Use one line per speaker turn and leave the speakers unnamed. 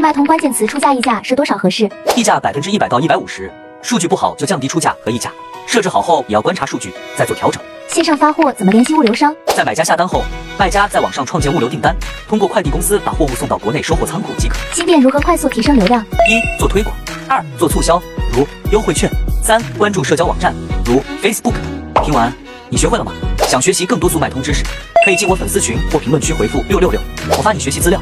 脉通关键词出价溢价是多少合适？
溢价百分之一百到一百五十，数据不好就降低出价和溢价。设置好后也要观察数据，再做调整。
线上发货怎么联系物流商？
在买家下单后，卖家在网上创建物流订单，通过快递公司把货物送到国内收货仓库即可。
新店如何快速提升流量？
一、做推广；二、做促销，如优惠券；三、关注社交网站，如 Facebook。听完你学会了吗？想学习更多速卖通知识，可以进我粉丝群或评论区回复六六六，我发你学习资料。